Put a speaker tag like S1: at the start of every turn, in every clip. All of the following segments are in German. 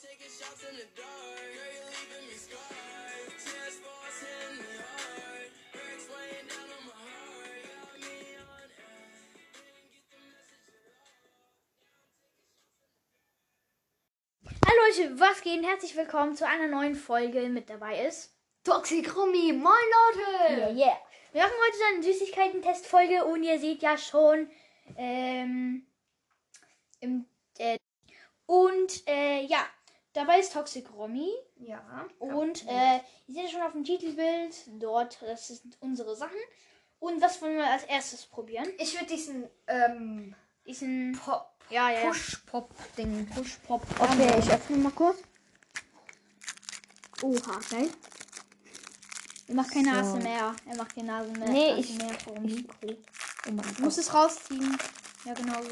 S1: taking shots in the dark. Girl, you're leaving me scarred. Chest balls hitting me hard. Bricks laying down on my heart. Got me on edge. Didn't get the message at all.
S2: Hallo Leute, was geht? Herzlich willkommen zu einer neuen Folge. Mit dabei ist.
S3: Toxic Rumi, moin Leute!
S2: Yeah, yeah. Wir machen heute so eine Süßigkeiten-Testfolge und ihr seht ja schon. Ähm, im, äh, und äh, ja, dabei ist Toxic Romy.
S3: Ja.
S2: Und äh, ihr seht ja schon auf dem Titelbild dort, das sind unsere Sachen. Und was wollen wir als erstes probieren?
S3: Ich würde diesen ähm,
S2: Diesen.
S3: Pop.
S2: Ja, ja. ja.
S3: Push-Pop-Ding.
S2: Push-Pop.
S4: Äh. Okay, ich öffne mal kurz. Oha, geil.
S2: Er macht keine
S4: Oh, So.
S2: Nase mehr. Er macht keine Nase mehr.
S4: Nee, ich-
S2: Warum?
S4: Oh mein
S2: Du musst es rausziehen. Ja, genau so.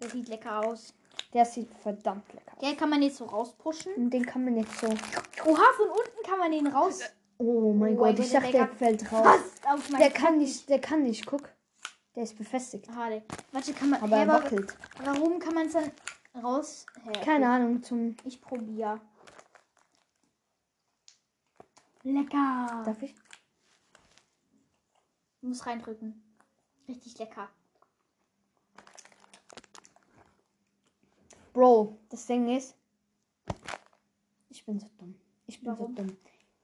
S2: Der sieht lecker aus.
S4: Der sieht verdammt lecker aus.
S2: Den kann man jetzt so rauspushen.
S4: Und den kann man nicht so.
S2: Oha, von unten kann man den raus.
S4: Oh mein
S2: Oh,
S4: Gott,
S2: der
S4: ich sag, der
S2: Decker-
S4: fällt raus.
S2: Was? Auf mein
S4: Der kann nicht, der kann nicht, guck. Der ist befestigt.
S2: Aha, der- Warte, kann man.
S4: Aber
S2: Hä,
S4: er
S2: wa-
S4: wackelt.
S2: warum kann man es dann raus? Hä,
S4: Keine Ahnung, zum.
S2: Ich, ich probiere. Lecker.
S4: Darf ich?
S2: Muss reindrücken. Richtig lecker.
S4: Bro, das Ding ist. Ich bin so dumm. Ich bin
S2: Warum?
S4: so dumm.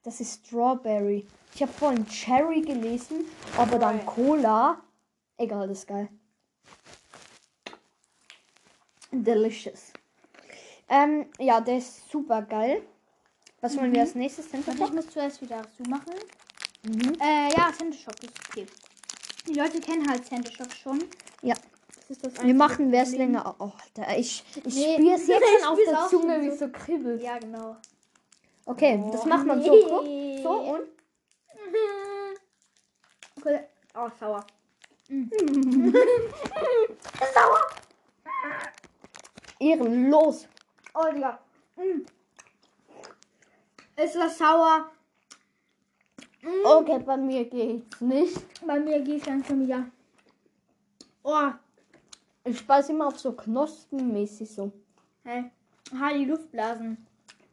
S4: Das ist Strawberry. Ich habe vorhin Cherry gelesen, aber dann
S2: Alright.
S4: Cola. Egal, das ist geil. Delicious. Ähm, ja, der ist super geil. Was wollen wir als nächstes denn
S2: Mhm. Warte, ich
S4: verpacken?
S2: muss zuerst wieder zumachen.
S4: Mhm.
S2: Äh, ja, Sandy Shop ist okay. Die Leute kennen halt Sandy Shop schon.
S4: Ja.
S2: Das ist das
S4: Wir
S2: einzige
S4: machen wer es
S2: Problem.
S4: länger. Oh, Alter, ich, ich
S2: Nee,
S4: spüre es jetzt
S2: ich
S4: schon auf
S2: spür's
S4: der
S2: auch
S4: Zunge,
S2: schon
S4: wie
S2: so.
S4: es so kribbelt.
S2: Ja, genau.
S4: Okay, das macht man so.
S2: nee.
S4: Guck, so und.
S2: Okay. Oh, sauer.
S4: Ehrenlos.
S2: Oh, Digga. Mm. Ist das sauer?
S4: Okay, bei mir geht's nicht.
S2: Bei mir geht es dann schon wieder. Oh,
S4: Ich beiß immer auf so knospenmäßig so.
S2: hey. Aha, die Luftblasen.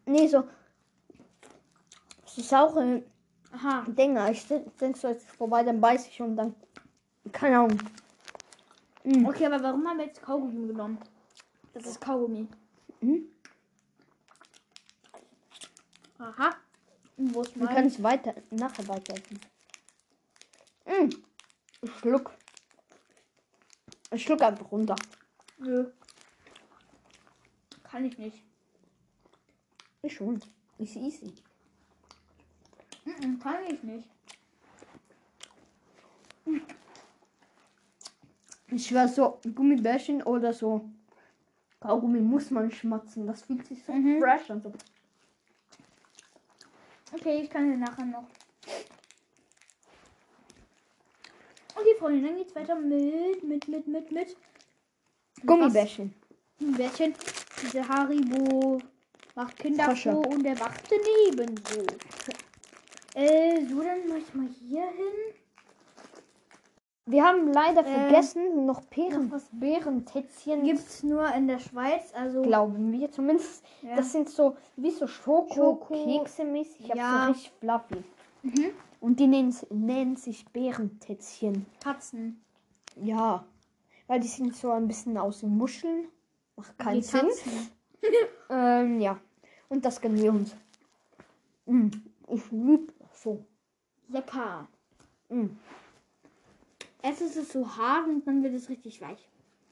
S4: Nee, so. So saure
S2: Aha.
S4: Dinger. Ich denk so jetzt vorbei, dann beiß ich und dann. Keine Ahnung. Mm,
S2: Okay, aber warum haben wir jetzt Kaugummi genommen? Das ist Kaugummi.
S4: Mhm.
S2: Aha. Und Wo ist
S4: Wir
S2: mein?
S4: können es weiter, nachher weiter essen. Mm. Ich schluck. Ich schluck einfach runter.
S2: Nö. Kann ich nicht.
S4: Ich schon. Ist easy.
S2: Mhm, kann ich nicht.
S4: Ich schwör so, Gummibärchen oder so. Kaugummi muss man schmatzen. Das fühlt sich so
S2: Mhm.
S4: fresh an. So.
S2: Okay, ich kann ja nachher noch. Okay, Freunde, dann geht's weiter mit, mit, mit, mit, mit.
S4: Gummibärchen.
S2: Ein Bärtchen. Diese Haribo macht Kinder
S4: Frosche.
S2: froh und er wacht daneben so. Äh, so, dann mach ich mal hier hin.
S4: Wir haben leider
S2: Ähm,
S4: vergessen, Äh, noch Beeren,
S2: noch was-
S4: Beerentätzchen
S2: Gibt's nur in der Schweiz, also.
S4: glauben wir zumindest.
S2: Ja.
S4: Das sind so wie so
S2: Schoko.
S4: Schoko-Kekse mäßig, aber
S2: Ja.
S4: so richtig fluffy. Und die nennen, nennen sich Beerentätzchen.
S2: Katzen.
S4: Ja, weil die sind so ein bisschen aus den Muscheln. Macht keinen
S2: Die
S4: Sinn.
S2: Katzen.
S4: Ähm, ja. Und das gönnen wir uns. Mm, ich liebe so.
S2: Lecker.
S4: Mm.
S2: Erst ist es so hart und dann wird es richtig weich.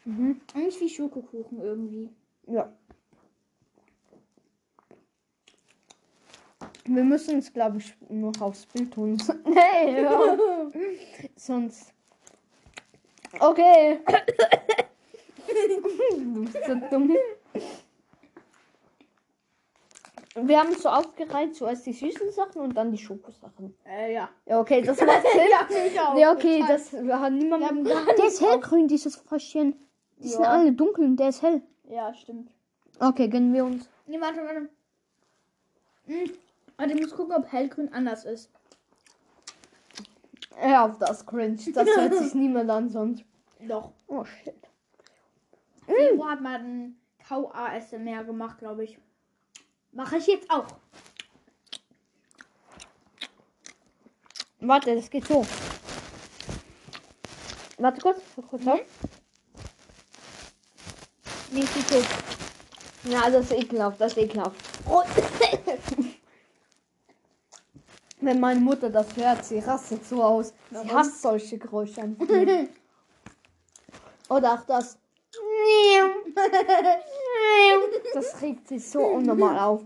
S4: Mhm.
S2: Eigentlich wie Schokokuchen irgendwie.
S4: Ja. Wir müssen es, glaube ich, noch aufs Bild tun. nee, ja. Sonst. Okay. du bist so dumm. Wir haben es so aufgereiht, zuerst die süßen Sachen und dann die Schokosachen.
S2: Äh, ja.
S4: Ja, okay, das macht Sinn.
S2: Ja, ich auch.
S4: Ja, okay, das hat niemand. Der ist hellgrün, dieses Fröschchen. Die sind
S2: Ja.
S4: alle dunkel und der ist hell.
S2: Ja, stimmt.
S4: Okay, gönnen wir uns.
S2: Nee, warte, warte. Hm. Also ich muss gucken, ob hellgrün anders ist.
S4: Ja, auf das cringe. Das hört sich niemand an sonst.
S2: Doch.
S4: Oh shit.
S2: Hm. Irgendwo hat man Kau-ASMR gemacht, glaube ich. Mache ich jetzt auch.
S4: Warte, das geht so. Warte kurz, so kurz auf. Wie sieht so? Ja, das ist ekelhaft, das ist ekelhaft. Oh. Wenn meine Mutter das hört, sie rastet so aus. Sie hasst solche Geräusche. am Spiel. Oder auch das. Das regt sich so unnormal auf.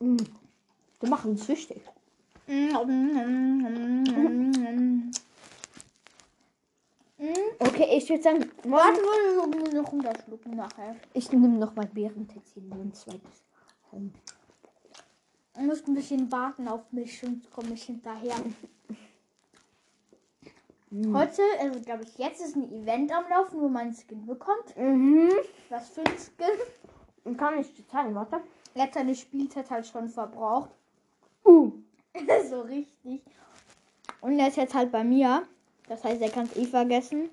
S4: Mm. Die machen uns süchtig. Okay, ich würde sagen,
S2: Warte, würde ich noch runterschlucken nachher.
S4: ich nehme noch mal Bärentätzchen und ein zweites.
S2: Du musst ein bisschen warten auf mich, sonst komme ich hinterher. Heute, also glaube ich, jetzt ist ein Event am Laufen, wo man einen Skin bekommt.
S4: Mhm.
S2: Was für ein Skin?
S4: Kann ich dir zeigen, warte.
S2: Letzte eine Spielzeit halt schon verbraucht.
S4: Uh.
S2: so richtig. Und der ist jetzt halt bei mir. Das heißt, er kann es eh vergessen.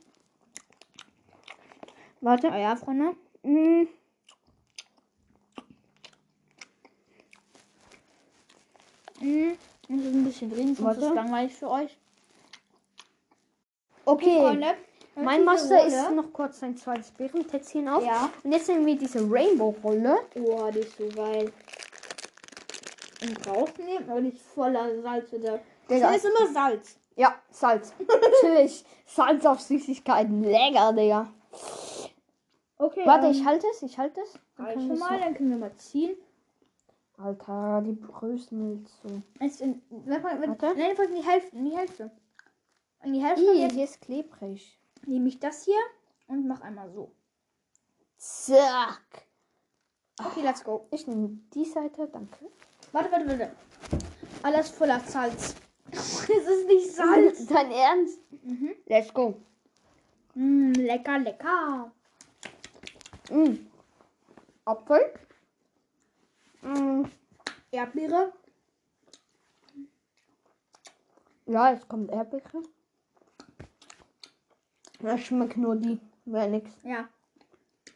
S4: Warte.
S2: Ah ja, Freunde.
S4: Mm.
S2: Mhm. Das ist ein bisschen drin, sonst
S4: Warte.
S2: ist es langweilig für euch.
S4: Okay.
S2: Freunde,
S4: Mein Master ist noch kurz sein zweites Bärentätzchen auf.
S2: ne? Ja.
S4: Und jetzt nehmen wir diese Rainbow-Rolle.
S2: Oh, die ist so geil. Und rausnehmen, aber die ist voller Salz wieder.
S4: Digga.
S2: Da ist immer Salz.
S4: Ja, Salz. Natürlich. Salz auf Süßigkeiten. Lecker, Digga.
S2: Okay.
S4: Warte, ich halte es, ich halte es. Dann
S2: halte
S4: können
S2: schon
S4: wir's
S2: mal, dann können wir mal ziehen.
S4: noch- Alter, die Brösel so.
S2: Es in, wenn man, wenn,
S4: Warte.
S2: Nein, einfach in die Hälfte, in die Hälfte. In die Hälfte. und
S4: Ih,
S2: Jetzt
S4: Hm, hier ist klebrig.
S2: nehme ich das hier und mach einmal so.
S4: Zack.
S2: Okay, let's go.
S4: Ich nehme die Seite, danke.
S2: Warte, warte, warte. Alles voller Salz. es ist nicht Salz.
S4: Dein Ernst? Let's go.
S2: Mm, lecker, lecker.
S4: Mm. Apfel. Mm.
S2: Erdbeere.
S4: Ja, jetzt kommt Erdbeere. Das schmeckt nur die, mehr nix.
S2: Ja.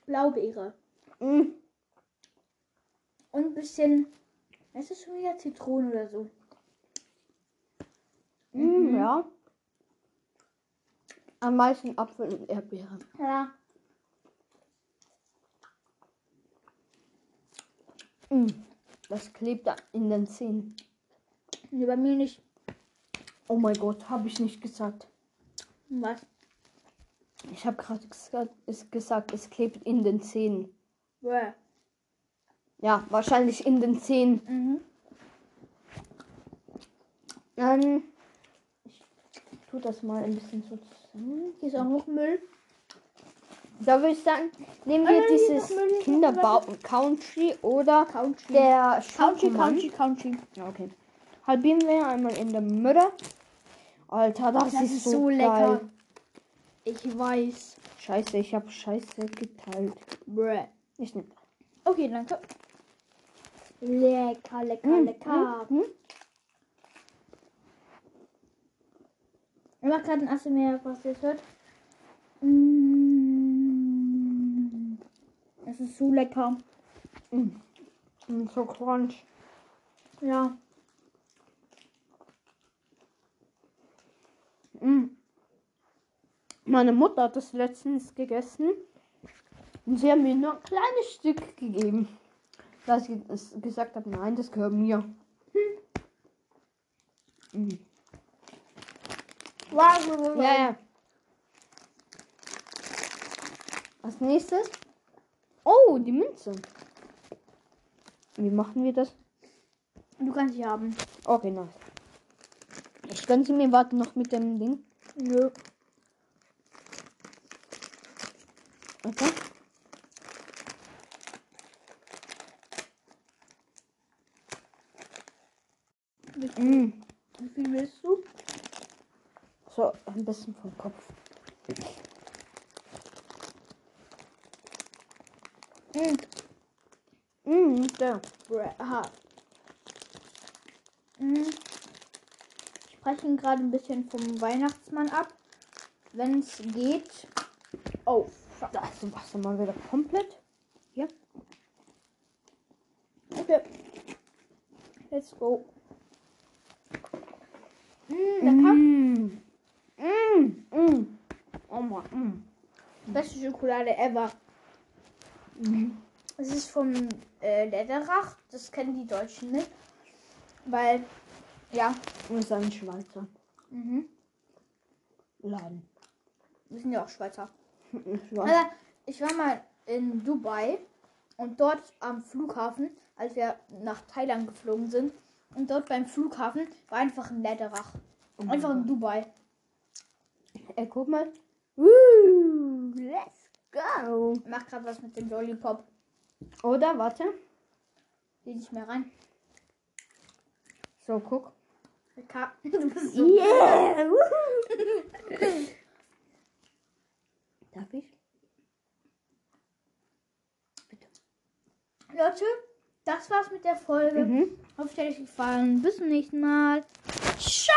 S2: Blaubeere.
S4: Mm.
S2: Und ein bisschen. Es ist schon wieder Zitrone oder so.
S4: Mm, Ja. Am meisten Apfel und Erdbeere.
S2: Ja.
S4: Mm. Das klebt an- in den Zähnen.
S2: Nee, bei mir nicht.
S4: Oh mein Gott, habe ich nicht gesagt.
S2: Was?
S4: Ich habe gerade gesagt, es- gesagt, es klebt in den Zähnen.
S2: Bäh.
S4: Ja, wahrscheinlich in den Zähnen.
S2: Mhm.
S4: Ähm, ich tue das mal ein bisschen so zusammen.
S2: Hier ist auch noch Müll.
S4: Da würde ich sagen, nehmen
S2: Ah,
S4: wir
S2: nein, hier ist noch Müll, hier
S4: dieses
S2: ist
S4: Kinderbau Country oder
S2: Country.
S4: der
S2: Country,
S4: Schokomann.
S2: Country, Country.
S4: Ja, okay. Halbieren wir einmal in der Mitte. Alter, das,
S2: Oh, Das
S4: ist,
S2: ist
S4: so,
S2: so
S4: lecker.
S2: lecker. Ich weiß.
S4: Scheiße, ich habe Scheiße geteilt.
S2: Bäh.
S4: Ich nehme.
S2: Okay, danke. Lecker, lecker, lecker.
S4: mm, mm.
S2: Ich mach gerade ein ASMR, was ihr es hört. Mm. Es ist so lecker.
S4: Mm, So crunch.
S2: Ja.
S4: Mm. Meine Mutter hat das letztens gegessen. Und sie haben mir nur ein kleines Stück gegeben. Dass ich es gesagt habe, nein, das gehört mir. Mm. Ja, ja. Als nächstes. Oh, die Münze. Wie machen wir das?
S2: Du kannst sie haben.
S4: Okay, nice. Ich gönn sie mir warten noch mit dem Ding.
S2: Nö.
S4: Okay. Mm.
S2: Wie viel willst du?
S4: So, ein bisschen vom Kopf.
S2: Hm,
S4: Mm, ja.
S2: Bäh. Aha. Mm. Sprechen gerade ein bisschen vom Weihnachtsmann ab. Wenn es geht. Oh, fuck.
S4: Da ist das Wasser mal wieder komplett. Hier. Leute. Let's go.
S2: Hm, lecker.
S4: Mm. Mm. Mm. Oh mein. Mm. Beste Schokolade ever. Mm.
S2: Es ist vom äh, Lederach. Das kennen die Deutschen nicht. Weil, ja,
S4: Und ist ein Schweizer
S2: mhm.
S4: Laden.
S2: wir sind ja auch Schweizer.
S4: Schweizer.
S2: Aber ich war mal in Dubai und dort am Flughafen, als wir nach Thailand geflogen sind, und dort beim Flughafen war einfach ein Lederach. Einfach in Dubai.
S4: Also, Ey, guck mal. Uh, let's go.
S2: Ich mach gerade was mit dem Lollipop.
S4: Oder warte.
S2: Geh nicht mehr rein.
S4: So, guck.
S2: Rika, du bist so.
S4: Yeah! Darf ich?
S2: Leute, das war's mit der Folge.
S4: Mhm.
S2: Hoffe, es hat euch gefallen. Bis zum nächsten Mal. Ciao!